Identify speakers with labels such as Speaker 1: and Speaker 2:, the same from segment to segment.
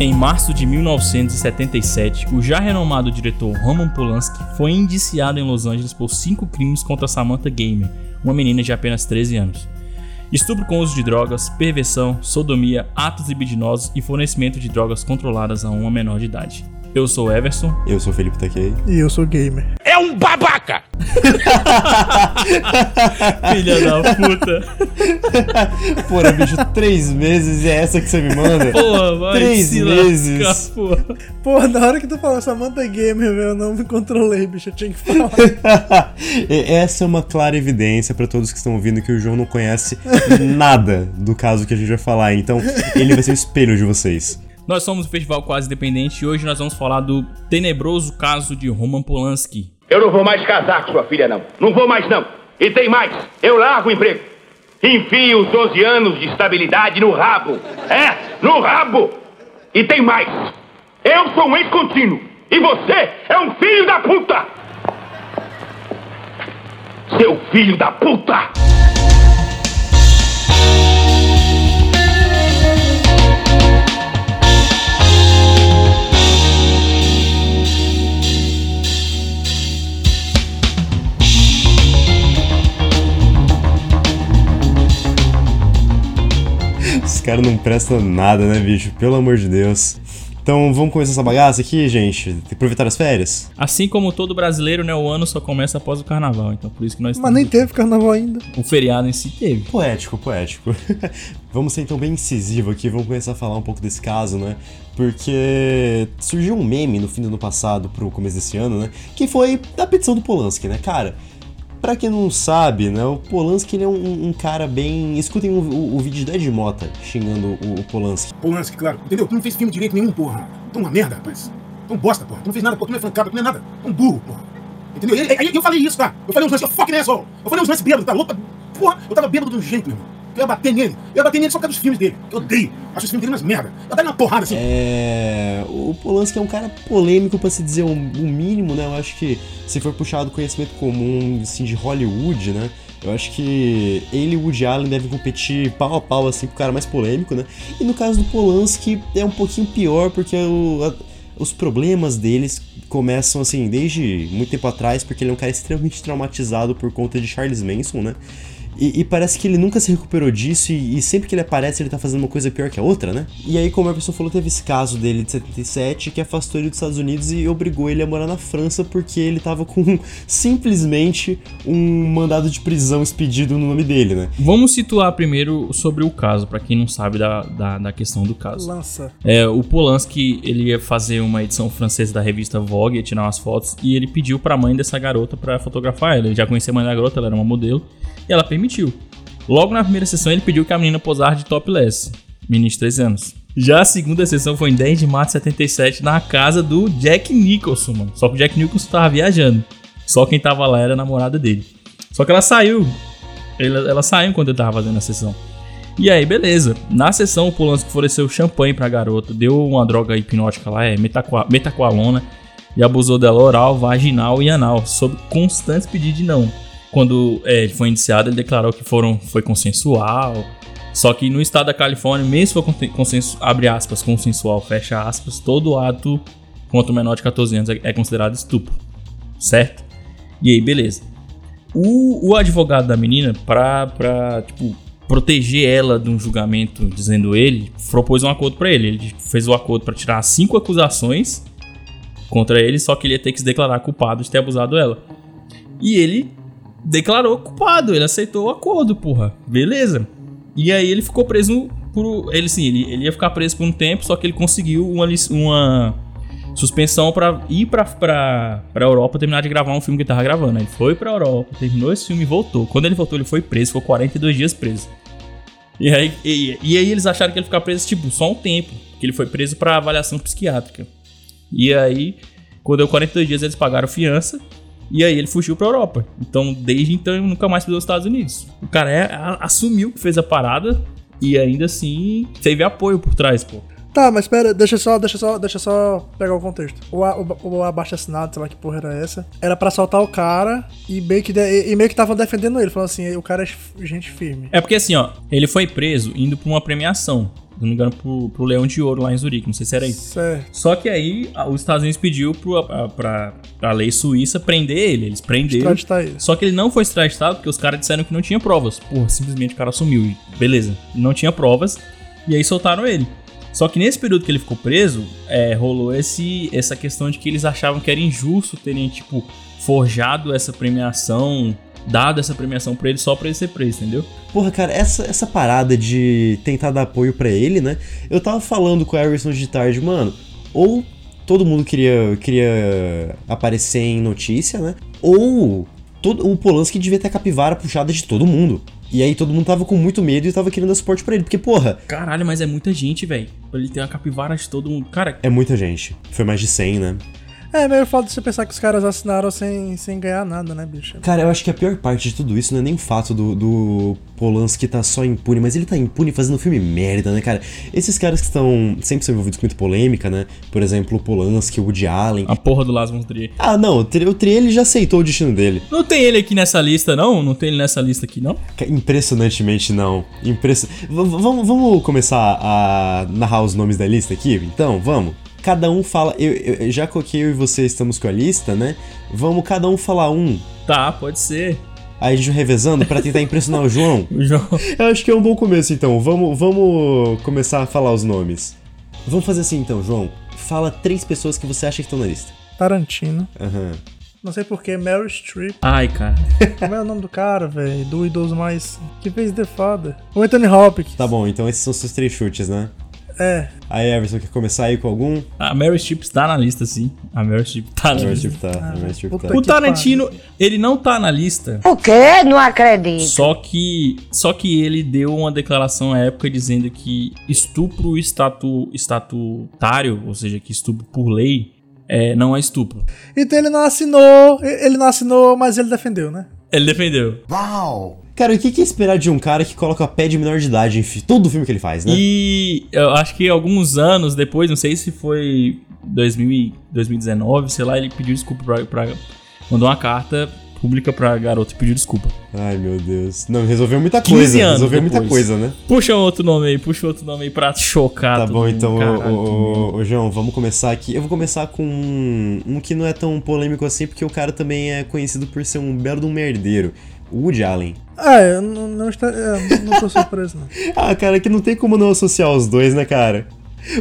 Speaker 1: Em março de 1977, o já renomado diretor Roman Polanski foi indiciado em Los Angeles por cinco crimes contra Samantha Gamer, uma menina de apenas 13 anos. Estupro com uso de drogas, perversão, sodomia, atos libidinosos e fornecimento de drogas controladas a uma menor de idade. Eu sou Everson.
Speaker 2: Eu sou Felipe Taquei.
Speaker 3: E eu sou gamer.
Speaker 4: É um babaca!
Speaker 1: Filha da puta.
Speaker 2: Porra, bicho, três meses e é essa que você me manda?
Speaker 1: Porra, vai
Speaker 2: Três
Speaker 1: se
Speaker 2: meses.
Speaker 1: lascar, porra.
Speaker 3: Porra, na hora que tu falou Samantha é Gamer, velho, eu não me controlei, bicho. Eu tinha que falar.
Speaker 2: E- essa é uma clara evidência pra todos que estão ouvindo que o João não conhece nada do caso que a gente vai falar, então ele vai ser o espelho de vocês.
Speaker 1: Nós somos o Festival Quase Independente e hoje nós vamos falar do tenebroso caso de Roman Polanski.
Speaker 4: Eu não vou mais casar com sua filha, não. Não vou mais, não. E tem mais. Eu largo o emprego. Enfio os 12 anos de estabilidade no rabo. É, no rabo. E tem mais. Eu sou um ex-contínuo. E você é um filho da puta. Seu filho da puta.
Speaker 2: Esse cara não presta nada, né, bicho? Pelo amor de Deus. Então vamos começar essa bagaça aqui, gente? Aproveitar as férias?
Speaker 1: Assim como todo brasileiro, né, o ano só começa após o carnaval, então por isso que nós
Speaker 3: Mas nem
Speaker 1: estamos...
Speaker 3: teve carnaval ainda.
Speaker 1: O feriado em si teve.
Speaker 2: Poético, poético. vamos ser então bem incisivo aqui, vamos começar a falar um pouco desse caso, né? Porque surgiu um meme no fim do ano passado pro começo desse ano, né? Que foi da petição do Polanski, né? Cara, pra quem não sabe, né? O Polanski ele é um, um cara bem. Escutem o, o- o vídeo de Ed Mota xingando o, o Polanski.
Speaker 5: Polanski, claro. Entendeu? Tu não fez filme direito nenhum, porra. Tu é uma merda, rapaz. Tu é um bosta, porra. Tu não fez nada, porra. Tu não é francaba, tu não é nada. Tu é um burro, porra. Entendeu? E Aí, aí eu falei isso, tá? Eu falei uns lances, fuck asshole. Eu falei uns lances bêbado, tá louco? Porra, eu tava bêbado de um jeito, meu irmão. Eu ia bater nele. Eu ia bater nele só por causa dos filmes dele. que Eu odeio. Acho os filmes dele umas merda. Eu daria uma porrada assim.
Speaker 2: É. O Polanski é um cara polêmico, pra se dizer o o mínimo, né? Eu acho que se for puxar do conhecimento comum, assim, de Hollywood, né? Eu acho que ele e o Woody Allen devem competir pau a pau, assim, com o cara mais polêmico, né? E no caso do Polanski é um pouquinho pior, porque o- a- os problemas deles começam, assim, desde muito tempo atrás, porque ele é um cara extremamente traumatizado por conta de Charles Manson, né? E, e parece que ele nunca se recuperou disso, e, e sempre que ele aparece, ele tá fazendo uma coisa pior que a outra, né? E aí, como a pessoa falou, teve esse caso dele de 77 que afastou ele dos Estados Unidos e obrigou ele a morar na França porque ele tava com simplesmente um mandado de prisão expedido no nome dele, né?
Speaker 1: Vamos situar primeiro sobre o caso, pra quem não sabe da, da, da questão do caso.
Speaker 3: Lança.
Speaker 1: É, o Polanski, ele ia fazer uma edição francesa da revista Vogue, ia tirar umas fotos, e ele pediu pra mãe dessa garota pra fotografar ela. Ele já conhecia a mãe da garota, ela era uma modelo, e ela permitiu. Logo na primeira sessão, ele pediu que a menina posar de topless, menina de 13 anos. Já a segunda sessão foi em 10 de março de 77, na casa do Jack Nicholson, mano. Só que o Jack Nicholson tava viajando. Só quem tava lá era a namorada dele. Só que ela saiu. Ela, ela saiu enquanto ele tava fazendo a sessão. E aí, beleza. Na sessão, o Polanski ofereceu champanhe pra garota, deu uma droga hipnótica lá, é metacua- metaqualona, e abusou dela oral, vaginal e anal, sob constantes pedidos de não. Quando é, ele foi indiciado, ele declarou que foram, foi consensual. Só que no estado da Califórnia, mesmo se for consenso, abre aspas, consensual, fecha aspas, todo ato contra o menor de 14 anos é- é considerado estupro. Certo? E aí, beleza. O, o advogado da menina, pra, pra, tipo, proteger ela de um julgamento, dizendo ele, propôs um acordo pra ele. Ele fez o acordo pra tirar cinco acusações contra ele, só que ele ia ter que se declarar culpado de ter abusado dela. E ele declarou culpado, ele aceitou o acordo, porra. Beleza. E aí ele ficou preso por. Ele sim, ele, ele ia ficar preso por um tempo, só que ele conseguiu uma, lic- uma suspensão pra ir pra, pra, pra Europa terminar de gravar um filme que ele tava gravando. Ele foi pra Europa, terminou esse filme e voltou. Quando ele voltou, ele foi preso, ficou 42 dias preso. E aí, e, e aí eles acharam que ele ficar preso, tipo, só um tempo. Que ele foi preso pra avaliação psiquiátrica. E aí, quando deu 42 dias, eles pagaram fiança. E aí ele fugiu pra Europa. Então, desde então, ele nunca mais pisou nos Estados Unidos. O cara é- a- assumiu que fez a parada e ainda assim teve apoio por trás, pô.
Speaker 3: Tá, mas pera, deixa eu só, deixa eu só, deixa eu só pegar o contexto. O, a- o, o abaixo assinado, sei lá que porra era essa, era pra soltar o cara e meio que, de- e, e meio que estavam defendendo ele, falando assim, o cara é f- gente firme.
Speaker 1: É porque assim, ó, ele foi preso indo pra uma premiação. se não me engano, pro, pro Leão de Ouro lá em Zurique, não sei se era isso.
Speaker 3: Certo.
Speaker 1: Só que aí a- os Estados Unidos pediu pro, a, pra, pra lei suíça prender ele. Eles prenderam.
Speaker 3: Extraditar ele.
Speaker 1: Só que ele não foi extraditado porque os caras disseram que não tinha provas. Porra, simplesmente o cara sumiu. e Beleza, não tinha provas. E aí soltaram ele. Só que nesse período que ele ficou preso, é, rolou esse, essa questão de que eles achavam que era injusto terem, tipo, forjado essa premiação, dado essa premiação pra ele só pra ele ser preso, entendeu?
Speaker 2: Porra, cara, essa, essa parada de tentar dar apoio pra ele, né? Eu tava falando com a Harrison de tarde, mano, ou todo mundo queria, queria aparecer em notícia, né? Ou todo, o Polanski devia ter a capivara puxada de todo mundo. E aí todo mundo tava com muito medo e tava querendo dar suporte pra ele, porque, porra,
Speaker 1: Caralho, mas é muita gente, velho. Ele tem uma capivara de todo mundo. Cara,
Speaker 2: é muita gente. Foi mais de 100, né?
Speaker 3: É meio foda você pensar que os caras assinaram sem, sem ganhar nada, né, bicho?
Speaker 2: Cara, eu acho que a pior parte de tudo isso não é nem o fato do, do Polanski tá só impune, mas ele tá impune fazendo filme merda, né, cara? Esses caras que estão sempre são envolvidos com muita polêmica, né? Por exemplo, o Polanski, o Woody Allen.
Speaker 1: a porra do Las von Trier.
Speaker 2: Ah, não, o Tri o Tri, ele já aceitou o destino dele.
Speaker 1: Não tem ele aqui nessa lista, não? Não tem ele nessa lista aqui, não?
Speaker 2: Ca- Impressionantemente não. Impression... V- v- Vamos vamos começar a narrar os nomes da lista aqui? Então, vamos. Cada um fala. Eu, eu- eu já coloquei eu e você estamos com a lista, né? Vamos cada um falar um.
Speaker 1: Tá, pode ser.
Speaker 2: Aí a gente vai revezando pra tentar impressionar o João.
Speaker 1: O João.
Speaker 2: Eu acho que é um bom começo, então. Vamos, vamos começar a falar os nomes. Vamos fazer assim, então, João. Fala três pessoas que você acha que estão na lista.
Speaker 3: Tarantino.
Speaker 2: Aham.
Speaker 3: Não sei porquê, Meryl Streep.
Speaker 1: Ai, cara.
Speaker 3: Como é o nome do cara, velho? Do idoso mais. Que fez The Father. O Anthony Hopkins.
Speaker 2: Tá bom, então esses são seus três chutes, né?
Speaker 3: É.
Speaker 2: Aí, Everson, quer começar aí com algum?
Speaker 1: A Mary Streep tá na lista, sim. A Mary Streep tá na
Speaker 2: Meryl
Speaker 1: lista.
Speaker 2: Streep tá. Meryl Streep
Speaker 3: puta
Speaker 2: tá.
Speaker 1: O
Speaker 3: que
Speaker 1: Tarantino, ele não tá na lista.
Speaker 6: O quê? Não acredito.
Speaker 1: Só que, só que ele deu uma declaração à época dizendo que estupro estatu, estatutário, ou seja, que estupro por lei, é, não é estupro.
Speaker 3: Então ele não assinou, e- ele não assinou, mas ele defendeu, né?
Speaker 1: Ele defendeu.
Speaker 2: Cara, o que, que é esperar de um cara que coloca pé de menor de idade em fi- todo filme que ele faz, né?
Speaker 1: E eu acho que alguns anos depois, não sei se foi 2000, e 2019, sei lá, ele pediu desculpa pra, pra- mandou uma carta pública pra garota e pediu desculpa.
Speaker 2: Ai, meu Deus. Não, resolveu muita
Speaker 1: 15
Speaker 2: coisa.
Speaker 1: anos
Speaker 2: Resolveu muita
Speaker 1: depois.
Speaker 2: coisa, né?
Speaker 1: Puxa um outro nome aí, puxa outro nome aí pra chocar.
Speaker 2: Tá
Speaker 1: todo
Speaker 2: bom,
Speaker 1: mundo.
Speaker 2: então,
Speaker 1: Caralho,
Speaker 2: ô,
Speaker 1: todo mundo.
Speaker 2: ô, ô, João, vamos começar aqui. Eu vou começar com um, um que não é tão polêmico assim, porque o cara também é conhecido por ser um belo de um merdeiro. O Woody Allen.
Speaker 3: Ah, eu não, não, está, eu não tô surpreso, não.
Speaker 2: Ah, cara, que não tem como não associar os dois, né, cara?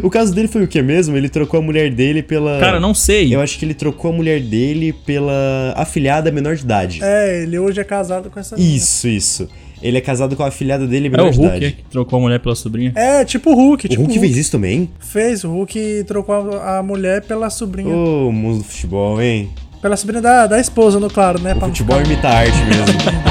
Speaker 2: O caso dele foi o que mesmo? Ele trocou a mulher dele pela.
Speaker 1: Cara, não sei.
Speaker 2: Eu acho que ele trocou a mulher dele pela afilhada menor de idade.
Speaker 3: É, ele hoje é casado com essa mina.
Speaker 2: Isso, isso. Ele é casado com a afilhada dele
Speaker 1: É
Speaker 2: menor
Speaker 1: o
Speaker 2: de
Speaker 1: Hulk é,
Speaker 2: idade.
Speaker 1: que trocou a mulher pela sobrinha.
Speaker 3: É, tipo o Hulk.
Speaker 2: O
Speaker 3: tipo
Speaker 2: Hulk fez isso também?
Speaker 3: Fez, o Hulk trocou a, a mulher pela sobrinha.
Speaker 2: Ô, mundo do futebol, hein?
Speaker 3: Pela sobrinha da, da esposa, no claro, né?
Speaker 2: O
Speaker 3: pra não
Speaker 2: futebol
Speaker 3: ficar-
Speaker 2: imita a arte mesmo.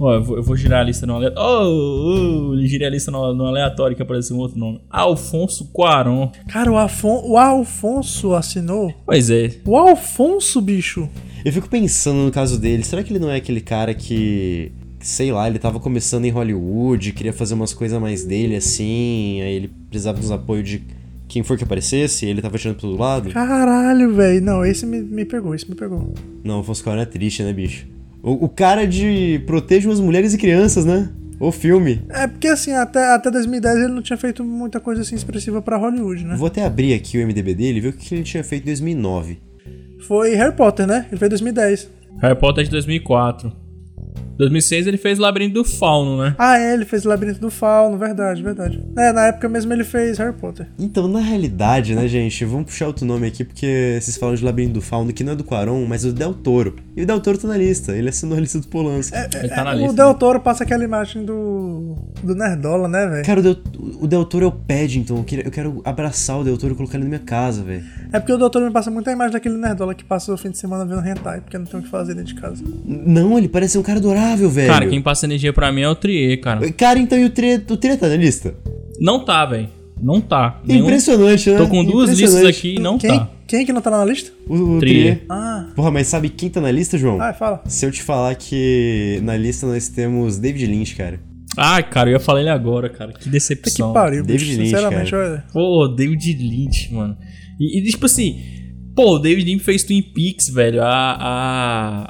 Speaker 1: Ó, eu vou, eu vou girar a lista no aleatório. Oh, oh, girei a lista no, no aleatório que apareceu um outro nome. Alfonso Cuarón.
Speaker 3: Cara, o, Afon, o Alfonso assinou.
Speaker 1: Pois é.
Speaker 3: O Alfonso, bicho.
Speaker 2: Eu fico pensando no caso dele, será que ele não é aquele cara que. que, Sei lá, ele tava começando em Hollywood, queria fazer umas coisas mais dele assim, aí ele precisava dos apoios de quem for que aparecesse, e ele tava tirando pro lado?
Speaker 3: Caralho, velho. Não, esse me, me pegou, esse me pegou.
Speaker 2: Não, o Afonso Cuarón é triste, né, bicho? O, o cara de Protejam as Mulheres e Crianças, né? O filme.
Speaker 3: É porque assim, até, até 2010 ele não tinha feito muita coisa assim expressiva pra Hollywood, né?
Speaker 2: Vou até abrir aqui o MDB dele e ver o que ele tinha feito em 2009.
Speaker 3: Foi Harry Potter, né? Ele fez 2010.
Speaker 1: Harry Potter é de 2004. 2006 ele fez Labirinto do Fauno, né?
Speaker 3: Ah, é, ele fez Labirinto do Fauno, verdade, verdade. É, na época mesmo ele fez Harry Potter.
Speaker 2: Então, na realidade, né, gente, vamos puxar outro nome aqui, porque vocês falam de Labirinto do Fauno, que não é do Quaron, mas o Del Toro. E o Del Toro tá na lista, ele assinou a lista do Polanski.
Speaker 1: Ele tá na
Speaker 3: É, o
Speaker 1: lista.
Speaker 3: Del Toro passa aquela imagem do. do Nerdola, né, velho?
Speaker 2: Cara, o Del, o Del Toro é o Paddington, eu, queria- eu quero abraçar o Del Toro e colocar ele na minha casa, velho.
Speaker 3: É porque o Del Toro me passa muita imagem daquele Nerdola que passa o fim de semana vendo hentai, porque não tem o que fazer dentro de casa.
Speaker 2: Não, ele parece ser um cara adorável, velho.
Speaker 1: Cara, quem passa energia pra mim é o Trier, cara.
Speaker 2: Cara, então e o Tre, o Tre tá na lista?
Speaker 1: Não tá, velho. Não tá. Nenhum-
Speaker 2: Impressionante, né?
Speaker 1: Tô com duas listas
Speaker 2: Impressionante.
Speaker 1: aqui e não
Speaker 3: quem,
Speaker 1: tá.
Speaker 3: quem que não tá na lista?
Speaker 2: O, o
Speaker 1: Trier.
Speaker 2: Trier.
Speaker 3: Ah,
Speaker 2: Porra, mas sabe quem tá na lista, João?
Speaker 3: ah, fala.
Speaker 2: Se eu te falar que na lista nós temos David Lynch, cara.
Speaker 1: Ah, cara, eu ia falar ele agora, cara. Que
Speaker 3: Puta que
Speaker 1: decepção.
Speaker 3: pariu, bicho.
Speaker 2: David Lynch,
Speaker 3: Sinceramente, olha.
Speaker 1: Pô, David Lynch, mano. E, e, tipo assim, pô, o David Lynch fez Twin Peaks, velho. A,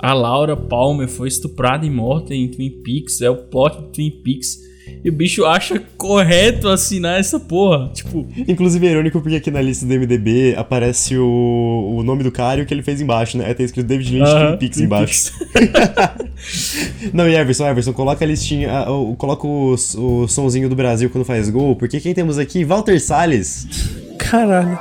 Speaker 1: a, a Laura Palmer foi estuprada e morta em Twin Peaks. É o plot de Twin Peaks. E o bicho acha correto assinar essa porra. Tipo,
Speaker 2: Inclusive é irônico porque aqui na lista do MDB aparece o, o nome do cara e o que ele fez embaixo, né? Aí tem escrito David Lynch
Speaker 1: Aham,
Speaker 2: e Pix
Speaker 1: Twin
Speaker 2: embaixo. Não, e Everson, Everson, coloca a listinha, a- o- coloca o, o sonzinho do Brasil quando faz gol, porque quem temos aqui? Walter Salles.
Speaker 3: Caralho.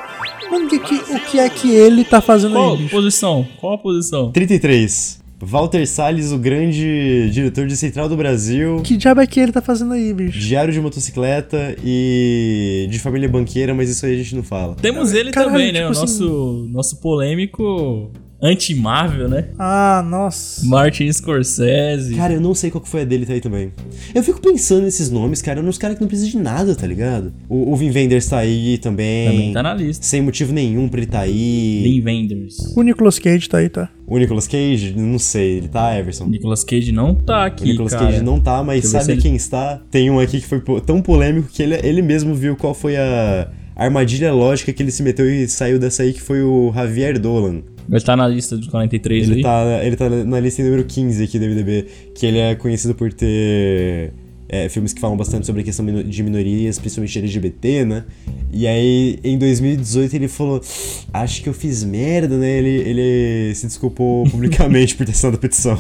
Speaker 3: Mano, o que, que- o que é que ele tá fazendo
Speaker 1: qual
Speaker 3: aí, bicho?
Speaker 1: posição? Qual a posição?
Speaker 2: 33. Walter Salles, o grande diretor de Central do Brasil,
Speaker 3: Que diabo é que ele tá fazendo aí, bicho?
Speaker 2: diário de motocicleta e de família banqueira, mas isso aí a gente não fala.
Speaker 1: Temos ele
Speaker 3: Caralho,
Speaker 1: também, né?
Speaker 3: tipo
Speaker 1: o
Speaker 3: assim-
Speaker 1: nosso, nosso polêmico anti-Marvel, né?
Speaker 3: Ah, nossa.
Speaker 1: Martin Scorsese.
Speaker 2: Cara, eu não sei qual que foi a dele tá aí também. Eu fico pensando nesses nomes, cara, nos caras que não precisam de nada, tá ligado? O, o Vin Wenders tá aí também.
Speaker 1: Também tá na lista.
Speaker 2: Sem motivo nenhum pra ele tá aí.
Speaker 1: Lee Vendors.
Speaker 3: O Nicolas Cage tá aí, tá?
Speaker 2: O Nicolas Cage, não sei, ele tá, Everson.
Speaker 1: O Nicolas Cage não tá
Speaker 2: O
Speaker 1: aqui,
Speaker 2: Nicolas
Speaker 1: cara.
Speaker 2: Cage não tá, mas
Speaker 1: Deixa eu ver
Speaker 2: sabe
Speaker 1: se ele-
Speaker 2: quem está? Tem um aqui que foi po- tão polêmico que ele, ele mesmo viu qual foi a armadilha lógica que ele se meteu e saiu dessa aí, que foi o Javier Dolan.
Speaker 1: Ele tá na lista dos 43
Speaker 2: Ele
Speaker 1: aí.
Speaker 2: tá, ele tá na lista número 15 aqui do MDB, que ele é conhecido por ter é, filmes que falam bastante sobre a questão mino- de minorias, principalmente LGBT, né? E aí, em 2018, ele falou: Acho que eu fiz merda, né? Ele, ele se desculpou publicamente por ter assinado a petição.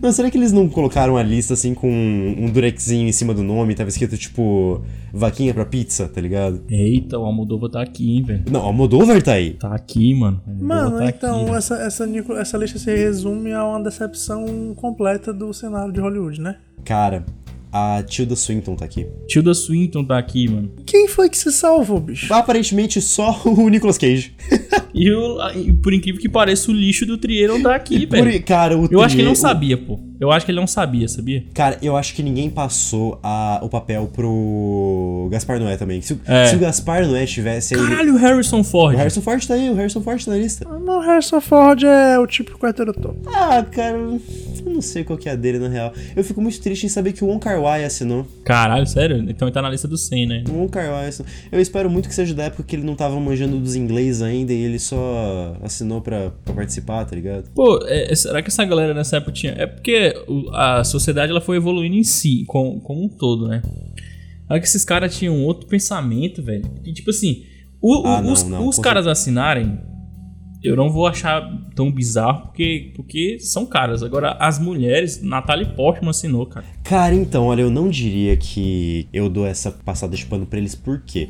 Speaker 2: Mas será que eles não colocaram a lista assim com um durexinho em cima do nome? Tava escrito tipo: Vaquinha pra pizza, tá ligado?
Speaker 1: Eita, o Almodóvar tá aqui, hein, velho.
Speaker 2: Não, a Modover tá aí.
Speaker 1: Tá aqui, mano. O Almodóvar
Speaker 3: Mano,
Speaker 1: tá
Speaker 3: então,
Speaker 1: aqui, né?
Speaker 3: essa, essa, Nico- essa lista se resume a uma decepção completa do cenário de Hollywood, né?
Speaker 2: Cara, a Tilda Swinton tá aqui.
Speaker 1: Tilda Swinton tá aqui, mano.
Speaker 3: Quem foi que se salvou, bicho?
Speaker 2: Aparentemente só o Nicolas Cage.
Speaker 1: E, o, e por incrível que pareça, o lixo do Trieron tá aqui,
Speaker 2: Por-
Speaker 1: velho.
Speaker 2: cara, o
Speaker 1: Eu acho que ele
Speaker 2: Trier-
Speaker 1: não
Speaker 2: o-
Speaker 1: sabia, pô. Eu acho que ele não sabia, sabia?
Speaker 2: Cara, eu acho que ninguém passou a- o papel pro Gaspar Noé também. Se, o-
Speaker 1: É.
Speaker 2: se o Gaspar Noé tivesse aí.
Speaker 1: Caralho, o Harrison Ford.
Speaker 2: O Harrison Ford tá aí, o Harrison Ford tá na lista.
Speaker 3: Não, Harrison Ford é o típico heterotopo.
Speaker 2: Ah, cara, eu não sei qual que é a dele na real. Eu fico muito triste em saber que o Wong Kar Wai assinou.
Speaker 1: Caralho, sério? Então ele tá na lista do 100, né?
Speaker 2: O Wong Kar Wai assinou. Eu espero muito que seja da época que ele não tava manjando dos inglês ainda e ele só assinou pra, pra participar, tá ligado?
Speaker 1: Pô, é- é- será que essa galera nessa época tinha. É porque o- a sociedade ela foi evoluindo em si, com- como um todo, né? Será que esses caras tinham outro pensamento, velho? E tipo assim, o- o-
Speaker 2: Ah, não,
Speaker 1: os,
Speaker 2: não,
Speaker 1: os
Speaker 2: com
Speaker 1: caras assinarem, eu não vou achar tão bizarro, porque, porque são caras. Agora, as mulheres, Natalie Portman assinou, cara.
Speaker 2: Cara, então, olha, eu não diria que eu dou essa passada de pano pra eles, por quê?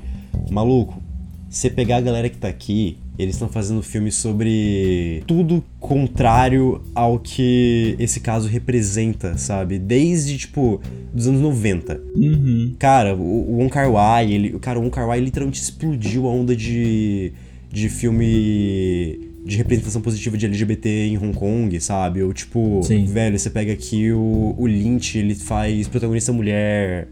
Speaker 2: Maluco, você pegar a galera que tá aqui, eles estão fazendo filme sobre tudo contrário ao que esse caso representa, sabe? Desde, tipo, dos anos 90.
Speaker 1: Uhum.
Speaker 2: Cara, o o Wong Kar Wai, ele, cara, o Wong Kar Wai literalmente explodiu a onda de, de filme de representação positiva de LGBT em Hong Kong, sabe? Ou tipo,
Speaker 1: Sim.
Speaker 2: velho, você pega aqui o, o Lynch, ele faz protagonista mulher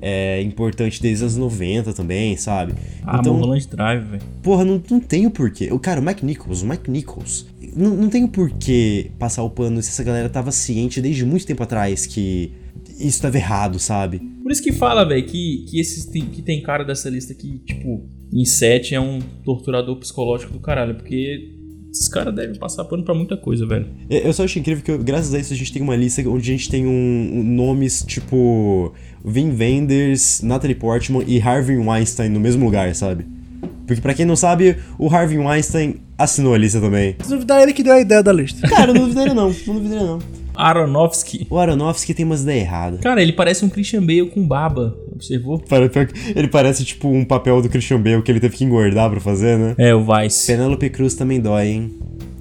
Speaker 2: é, importante desde os anos 90 também, sabe?
Speaker 1: Ah, então... Mulholland Drive, velho.
Speaker 2: Porra, não, não tem o porquê. O cara, o Mike Nichols, o Mike Nichols. Não, não tem o porquê passar o pano se essa galera tava ciente desde muito tempo atrás que isso tava errado, sabe?
Speaker 1: Por isso que fala, velho, que, que esses tem, que tem cara dessa lista que, tipo, em 7 é um torturador psicológico do caralho, porque esses caras devem passar pano pra muita coisa, velho.
Speaker 2: Eu eu só acho incrível que, eu- graças a isso, a gente tem uma lista onde a gente tem um, um- nomes tipo Vin Wenders, Natalie Portman e Harvey Weinstein no mesmo lugar, sabe? Porque, pra quem não sabe, o Harvey Weinstein assinou a lista também.
Speaker 3: Se duvidar, ele que deu a ideia da lista.
Speaker 2: Cara, eu não duvidaria não, não duvidaria não.
Speaker 1: Aronofsky.
Speaker 2: O Aronofsky tem umas ideias erradas.
Speaker 1: Cara, ele parece um Christian Bale com barba, observou?
Speaker 2: Para- pior que Ele parece tipo um papel do Christian Bale que ele teve que engordar pra fazer, né?
Speaker 1: É, o Vice.
Speaker 2: Penélope Cruz também dói, hein?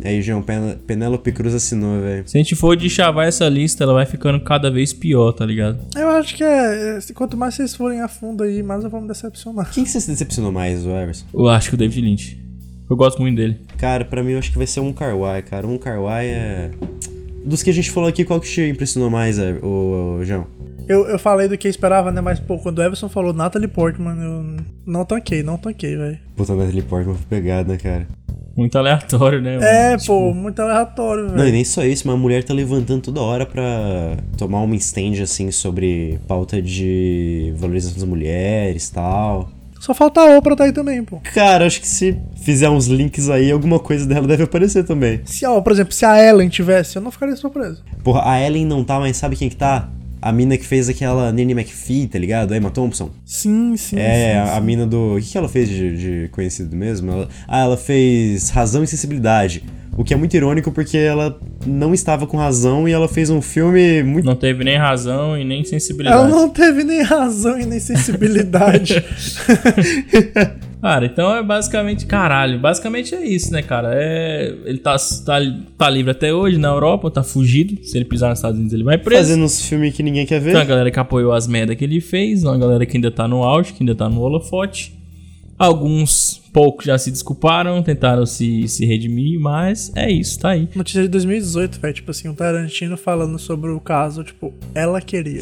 Speaker 2: Aí, João, Pen- Penélope Cruz assinou, velho.
Speaker 1: Se a gente for de chavar essa lista, ela vai ficando cada vez pior, tá ligado?
Speaker 3: Eu acho que é. é, se- Quanto mais vocês forem a fundo aí, mais eu vou me decepcionar.
Speaker 2: Quem que você se decepcionou mais, o Everson?
Speaker 1: Eu acho que o David Lynch. Eu gosto muito dele.
Speaker 2: Cara, pra mim eu acho que vai ser um Carwai, cara. Um Carwai é. Dos que a gente falou aqui, qual que te impressionou mais, é, o, João?
Speaker 3: Eu, eu falei do que eu esperava, né? Mas, pô, quando o Everson falou Natalie Portman, eu não tanquei, não tanquei, velho.
Speaker 2: Puta, Natalie Portman foi pegada, né, cara?
Speaker 1: Muito aleatório, né? mano?
Speaker 3: É,
Speaker 1: Tipo,
Speaker 3: pô, muito aleatório,
Speaker 2: Não,
Speaker 3: velho.
Speaker 2: e nem só isso, mas a mulher tá levantando toda hora pra tomar uma stand, assim, sobre pauta de valorização das mulheres e tal.
Speaker 3: Só falta a Oprah tá aí também, pô.
Speaker 2: Cara, acho que se fizer uns links aí, alguma coisa dela deve aparecer também.
Speaker 3: Se, ó, por exemplo, se a Ellen tivesse, eu não ficaria surpreso.
Speaker 2: Porra, a Ellen não tá, mas sabe quem que tá? A mina que fez aquela Nene McPhee, tá ligado? A Emma Thompson.
Speaker 3: Sim, sim,
Speaker 2: É,
Speaker 3: sim,
Speaker 2: a, a mina do. O que, que ela fez de, de conhecido mesmo? Ela- ah, ela fez Razão e Sensibilidade. O que é muito irônico porque ela não estava com razão e ela fez um filme muito.
Speaker 1: Não teve nem razão e nem sensibilidade.
Speaker 3: Ela não teve nem razão e nem sensibilidade.
Speaker 1: Cara, então é basicamente. Caralho, basicamente é isso, né, cara? É, ele tá, tá, tá livre até hoje na Europa, tá fugido. Se ele pisar nos Estados Unidos, ele vai preso.
Speaker 2: Fazendo uns filmes que ninguém quer ver.
Speaker 1: Tem uma galera que apoiou as merdas que ele fez, uma galera que ainda tá no auge, que ainda tá no holofote. Alguns poucos já se desculparam, tentaram se, se redimir, mas é isso, tá aí.
Speaker 3: Notícia de 2018, velho. Tipo assim, um Tarantino falando sobre o caso, tipo, ela queria.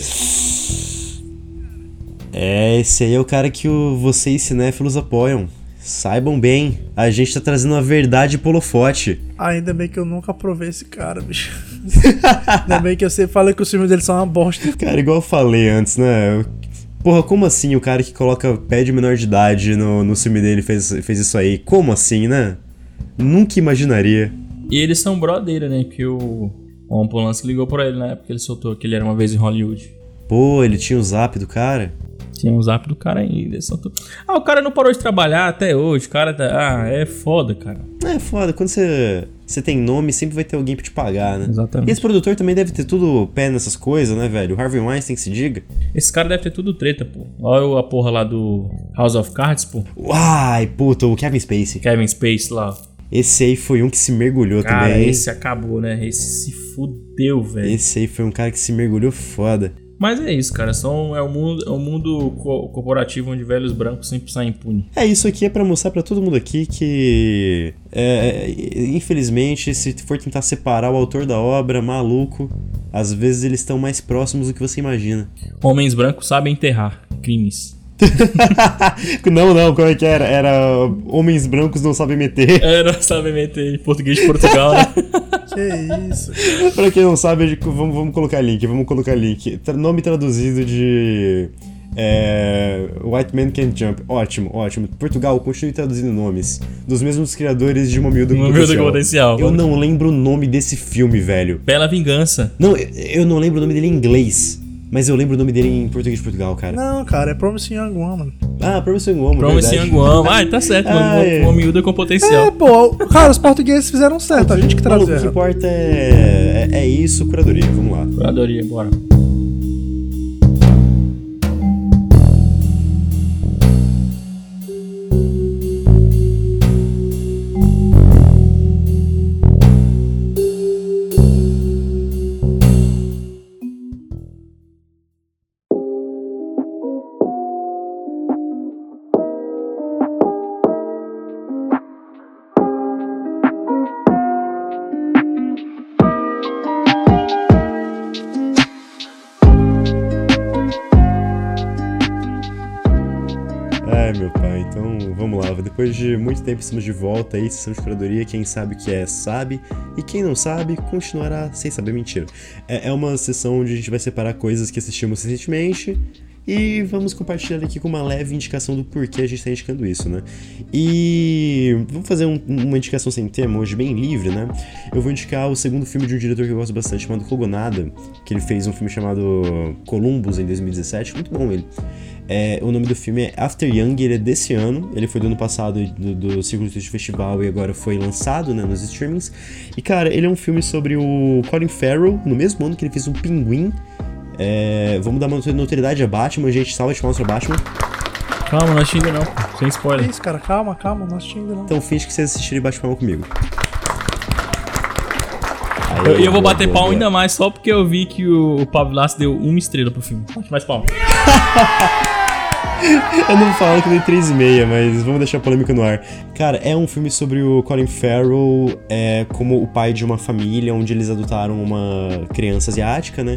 Speaker 2: É, esse aí é o cara que o, vocês cinéfilos apoiam. Saibam bem, a gente tá trazendo a verdade pro holofote.
Speaker 3: Ainda bem que eu nunca provei esse cara, bicho. Ainda bem que eu sempre falei que os filmes dele são uma bosta.
Speaker 2: Cara, igual eu falei antes, né? Porra, como assim o cara que coloca pé de menor de idade no, no filme dele fez, fez isso aí? Como assim, né? Nunca imaginaria.
Speaker 1: E eles são brodeira, né? Que o, o ambulance ligou pra ele na época que ele soltou que ele era uma vez em Hollywood.
Speaker 2: Pô, ele tinha o zap do cara?
Speaker 1: Tinha um zap do cara ainda. ele soltou. Ah, o cara não parou de trabalhar até hoje. O cara tá. Ah, é foda, cara.
Speaker 2: É foda, quando você, você tem nome, sempre vai ter alguém pra te pagar, né?
Speaker 1: Exatamente.
Speaker 2: E esse produtor também deve ter tudo pé nessas coisas, né, velho? O Harvey Weinstein que se diga.
Speaker 1: Esse cara deve ter tudo treta, pô. Olha a porra lá do House of Cards, pô.
Speaker 2: Uai, puta, o Kevin Spacey.
Speaker 1: Kevin Space lá.
Speaker 2: Esse aí foi um que se mergulhou
Speaker 1: Cara,
Speaker 2: também.
Speaker 1: esse acabou, né? Esse se fudeu, velho.
Speaker 2: Esse aí foi um cara que se mergulhou foda.
Speaker 1: Mas é isso, cara. São, é um mundo, é um mundo co- corporativo onde velhos brancos sempre saem impunes.
Speaker 2: É, isso aqui é pra mostrar pra todo mundo aqui que. é, é, infelizmente, se for tentar separar o autor da obra, maluco, às vezes eles estão mais próximos do que você imagina.
Speaker 1: Homens brancos sabem enterrar crimes.
Speaker 2: não, não, como é que era? Era. Homens brancos não sabem meter.
Speaker 1: É, não sabem meter em português de Portugal, né?
Speaker 3: Que isso.
Speaker 2: pra quem não sabe, a gente- vamos, vamos colocar link, vamos colocar link. Tra- nome traduzido de. é, White Man Can't Jump. Ótimo, ótimo. Portugal, continue traduzindo nomes. Dos mesmos criadores de Uma Miúda
Speaker 1: Uma Miúda com Potencial.
Speaker 2: Eu não lembro o nome desse filme, velho.
Speaker 1: Bela vingança.
Speaker 2: Não, eu- eu não lembro o nome dele em inglês. Mas eu lembro o nome dele em português de Portugal, cara.
Speaker 3: Não, cara, é Promising Young Woman.
Speaker 2: Ah, Promising Woman,
Speaker 1: Promise
Speaker 2: verdade.
Speaker 1: Young Woman. Ah, tá certo, mano.
Speaker 2: Ai.
Speaker 1: Uma- Uma miúda com
Speaker 3: É,
Speaker 1: potencial.
Speaker 3: pô, cara, os portugueses fizeram certo, a gente que
Speaker 2: Maluco, o que
Speaker 3: trazer.
Speaker 2: importa é, é, é isso, curadoria, vamos lá.
Speaker 1: Curadoria, bora.
Speaker 2: Ai, meu pai, então vamos lá. Depois de muito tempo estamos de volta aí, sessão de curadoria. Quem sabe o que é, sabe. E quem não sabe, continuará sem saber. Mentira. É, é uma sessão onde a gente vai separar coisas que assistimos recentemente. E vamos compartilhar aqui com uma leve indicação do porquê a gente está indicando isso, né? E vamos fazer um- uma indicação sem tema hoje, bem livre, né? Eu vou indicar o segundo filme de um diretor que eu gosto bastante, chamado Kogonada, que ele fez um filme chamado Columbus em 2017, muito bom ele. É, o nome do filme é After Young, ele é desse ano, ele foi do ano passado do, do Circuito de Festival e agora foi lançado né, nos streamings. E cara, ele é um filme sobre o Colin Farrell, no mesmo ano que ele fez um pinguim. É, vamos dar uma notoriedade a Batman, gente, salva de palmas pra Batman.
Speaker 1: Calma, não xinga não. pô. Sem
Speaker 3: Que
Speaker 1: spoiler.
Speaker 3: É isso, cara, calma, calma, não assisti ainda não.
Speaker 2: Então finge que vocês assistirem Bate Palma comigo.
Speaker 1: E eu,
Speaker 2: Aê,
Speaker 1: vou
Speaker 2: boa,
Speaker 1: bater
Speaker 2: boa,
Speaker 1: palma
Speaker 2: boa.
Speaker 1: ainda mais só porque eu vi que o, o Pavlas deu uma estrela pro filme. Bate mais palma.
Speaker 2: Eu não falo que eu dei 3,5, mas vamos deixar a polêmica no ar. Cara, é um filme sobre o Colin Farrell é, como o pai de uma família onde eles adotaram uma criança asiática, né?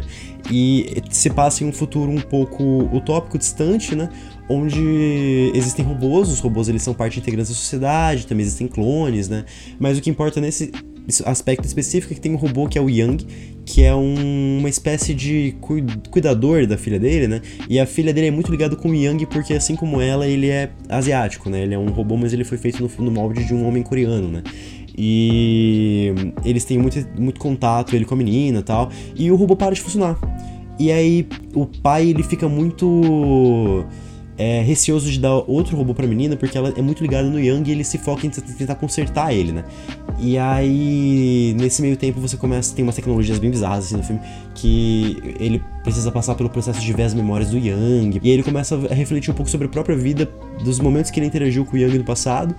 Speaker 2: E se passa em um futuro um pouco utópico, distante, né? Onde existem robôs, os robôs eles são parte integrante da sociedade, também existem clones, né? Mas o que importa nesse aspecto específico é que tem um robô que é o Yang, que é um- uma espécie de cui- cuidador da filha dele, né? E a filha dele é muito ligada com o Yang, porque assim como ela, ele é asiático, né? Ele é um robô, mas ele foi feito no, no molde de um homem coreano, né? E eles têm muito, muito contato, ele com a menina e tal. E o robô para de funcionar. E aí o pai, ele fica muito é, receoso de dar outro robô pra menina, porque ela é muito ligada no Yang e ele se foca em t- tentar consertar ele, né? E aí, nesse meio tempo, você começa. Tem umas tecnologias bem bizarras assim, no filme, que ele precisa passar pelo processo de ver as memórias do Yang. E aí ele começa a refletir um pouco sobre a própria vida, dos momentos que ele interagiu com o Yang no passado.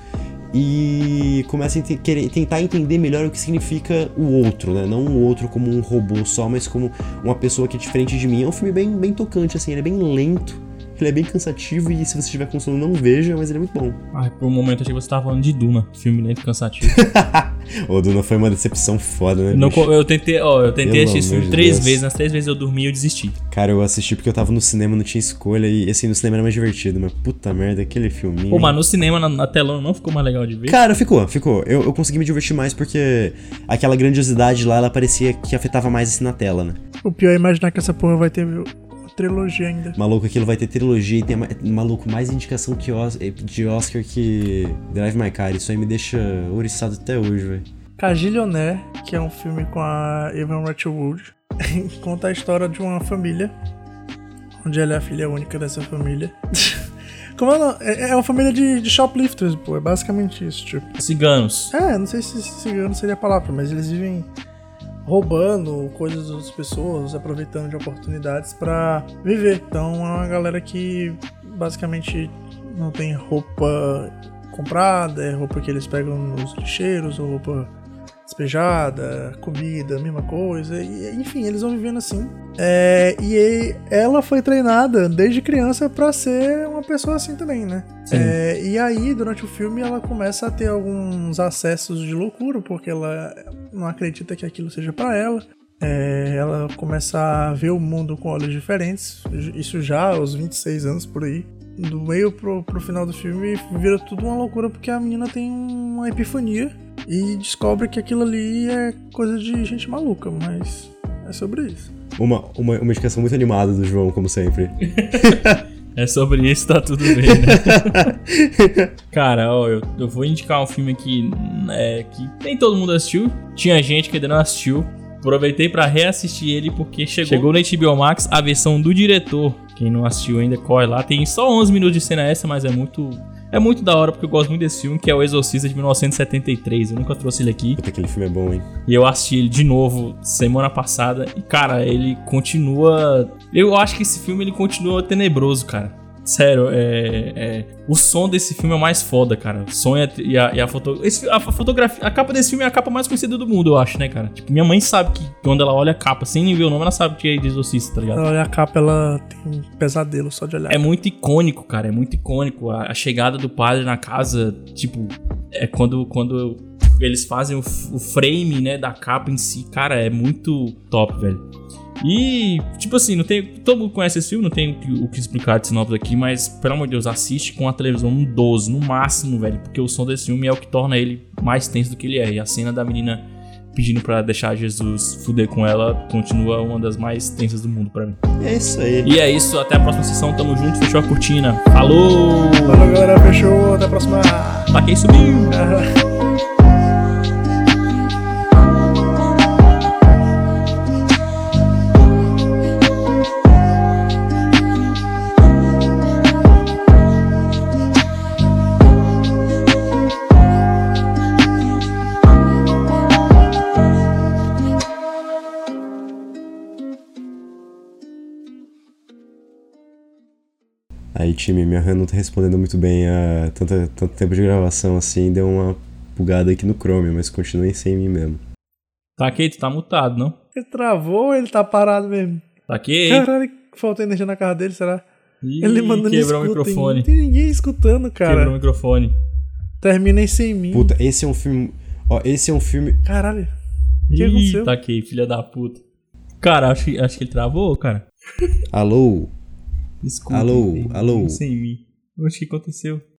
Speaker 2: E começa a ente- querer, tentar entender melhor o que significa o outro, né? Não o outro como um robô só, mas como uma pessoa que é diferente de mim. É um filme bem, bem tocante, assim, ele é bem lento, ele é bem cansativo e se você tiver com sono, não veja, mas ele é muito bom.
Speaker 1: Ai, por um momento achei que você tava falando de Duna, filme lento e cansativo.
Speaker 2: Ô, Duna, foi uma decepção foda, né?
Speaker 1: Não
Speaker 2: bicho?
Speaker 1: co- eu tentei, ó, eu tentei
Speaker 2: Pelo
Speaker 1: assistir esse filme
Speaker 2: amor de
Speaker 1: três
Speaker 2: Deus.
Speaker 1: vezes, nas três vezes eu dormi e eu desisti.
Speaker 2: Cara, eu assisti porque eu tava no cinema, não tinha escolha, e assim, no cinema era mais divertido, mas puta merda, aquele filminho.
Speaker 1: Pô, mas no cinema, na, na telona, não ficou mais legal de ver?
Speaker 2: Cara, ficou, ficou. Eu, eu consegui me divertir mais porque aquela grandiosidade lá, ela parecia que afetava mais assim na tela, né?
Speaker 3: O pior é imaginar que essa porra vai ter uma trilogia ainda.
Speaker 2: Maluco, aquilo vai ter trilogia e tem, ma- maluco, mais indicação que Os- de Oscar que Drive My Car. Isso aí me deixa oriçado até hoje, velho.
Speaker 3: Cagilioné, que é um filme com a Evan Rachel-Wood, conta a história de uma família, onde ela é a filha única dessa família. Como ela, é, é uma família de, de shoplifters, pô, é basicamente isso, tipo.
Speaker 1: Ciganos.
Speaker 3: É, não sei se cigano seria a palavra, mas eles vivem roubando coisas das outras pessoas, aproveitando de oportunidades pra viver. Então é uma galera que basicamente não tem roupa comprada, é roupa que eles pegam nos lixeiros, ou roupa despejada, comida, mesma coisa. E, enfim, eles vão vivendo assim. É, e aí, ela foi treinada desde criança pra ser uma pessoa assim também, né?
Speaker 1: Sim.
Speaker 3: É, e aí, durante o filme, ela começa a ter alguns acessos de loucura, porque ela não acredita que aquilo seja pra ela. É, ela começa a ver o mundo com olhos diferentes, isso já aos 26 anos por aí. Do meio pro, pro final do filme vira tudo uma loucura porque a menina tem uma epifania e descobre que aquilo ali é coisa de gente maluca, mas é sobre isso.
Speaker 2: Uma, uma, uma indicação muito animada do João, como sempre.
Speaker 1: É sobre isso, tá tudo bem, né? Cara, ó, eu, eu vou indicar um filme que, é, que nem todo mundo assistiu. Tinha gente que ainda não assistiu. Aproveitei pra reassistir ele porque chegou, chegou no HBO Max a versão do diretor. Quem não assistiu ainda, corre lá. Tem só 11 minutos de cena essa, mas é muito... É muito da hora porque eu gosto muito desse filme, que é O Exorcista de 1973. Eu nunca trouxe ele aqui.
Speaker 2: Puta, aquele filme é bom, hein?
Speaker 1: E eu assisti ele de novo semana passada. E, cara, ele continua. Eu acho que esse filme ele continua tenebroso, cara. Sério, é, é- O som desse filme é o mais foda, cara. O som e a, e a, e a foto- esse fi- a fotografia. A capa desse filme é a capa mais conhecida do mundo, eu acho, né, cara? Tipo, minha mãe sabe que quando ela olha a capa, sem nem ver o nome, ela sabe que é de exorcista, tá ligado?
Speaker 3: Ela olha a capa, ela tem um pesadelo só de olhar.
Speaker 1: É muito icônico, cara. É muito icônico. A, a chegada do padre na casa, tipo, é quando, quando eles fazem o, f- o frame, né, da capa em si. Cara, é muito top, velho. E, tipo assim, não tem. Todo mundo conhece esse filme, não tem o que, o que explicar de sinopse aqui, mas, pelo amor de Deus, assiste com a televisão no 12, no máximo, velho. Porque o som desse filme é o que torna ele mais tenso do que ele é. E a cena da menina pedindo pra deixar Jesus fuder com ela continua uma das mais tensas do mundo pra mim.
Speaker 2: É isso aí.
Speaker 1: E é isso, até a próxima sessão, tamo junto, fechou a cortina. Falou!
Speaker 3: Fala galera, fechou, até a próxima!
Speaker 1: Taquei subiu!
Speaker 2: Aí, time, minha RAM não tá respondendo muito bem a tanto, tanto tempo de gravação assim, deu uma bugada aqui no Chrome, mas continuem sem mim mesmo.
Speaker 1: Taquei, tu tá mutado, não?
Speaker 3: Ele travou, ele tá parado mesmo.
Speaker 1: Taquei!
Speaker 3: Caralho, faltou energia na cara dele, será?
Speaker 1: Ih,
Speaker 3: Ele mandando
Speaker 1: quebrou o
Speaker 3: escuta,
Speaker 1: microfone.
Speaker 3: Não tem ninguém
Speaker 1: Quebrou
Speaker 3: escutando,
Speaker 1: o
Speaker 3: cara.
Speaker 1: microfone.
Speaker 3: Termina em sem mim.
Speaker 2: Puta, esse é um filme. Ó, esse é um filme.
Speaker 3: Caralho. que
Speaker 1: Ih,
Speaker 3: aconteceu?
Speaker 1: taquei, filha da puta. Cara, acho que, acho que ele travou, cara.
Speaker 2: Alô?
Speaker 1: Desculpa.
Speaker 2: Alô,
Speaker 1: tem-
Speaker 2: alô.
Speaker 1: tem Sem mim. Acho que aconteceu.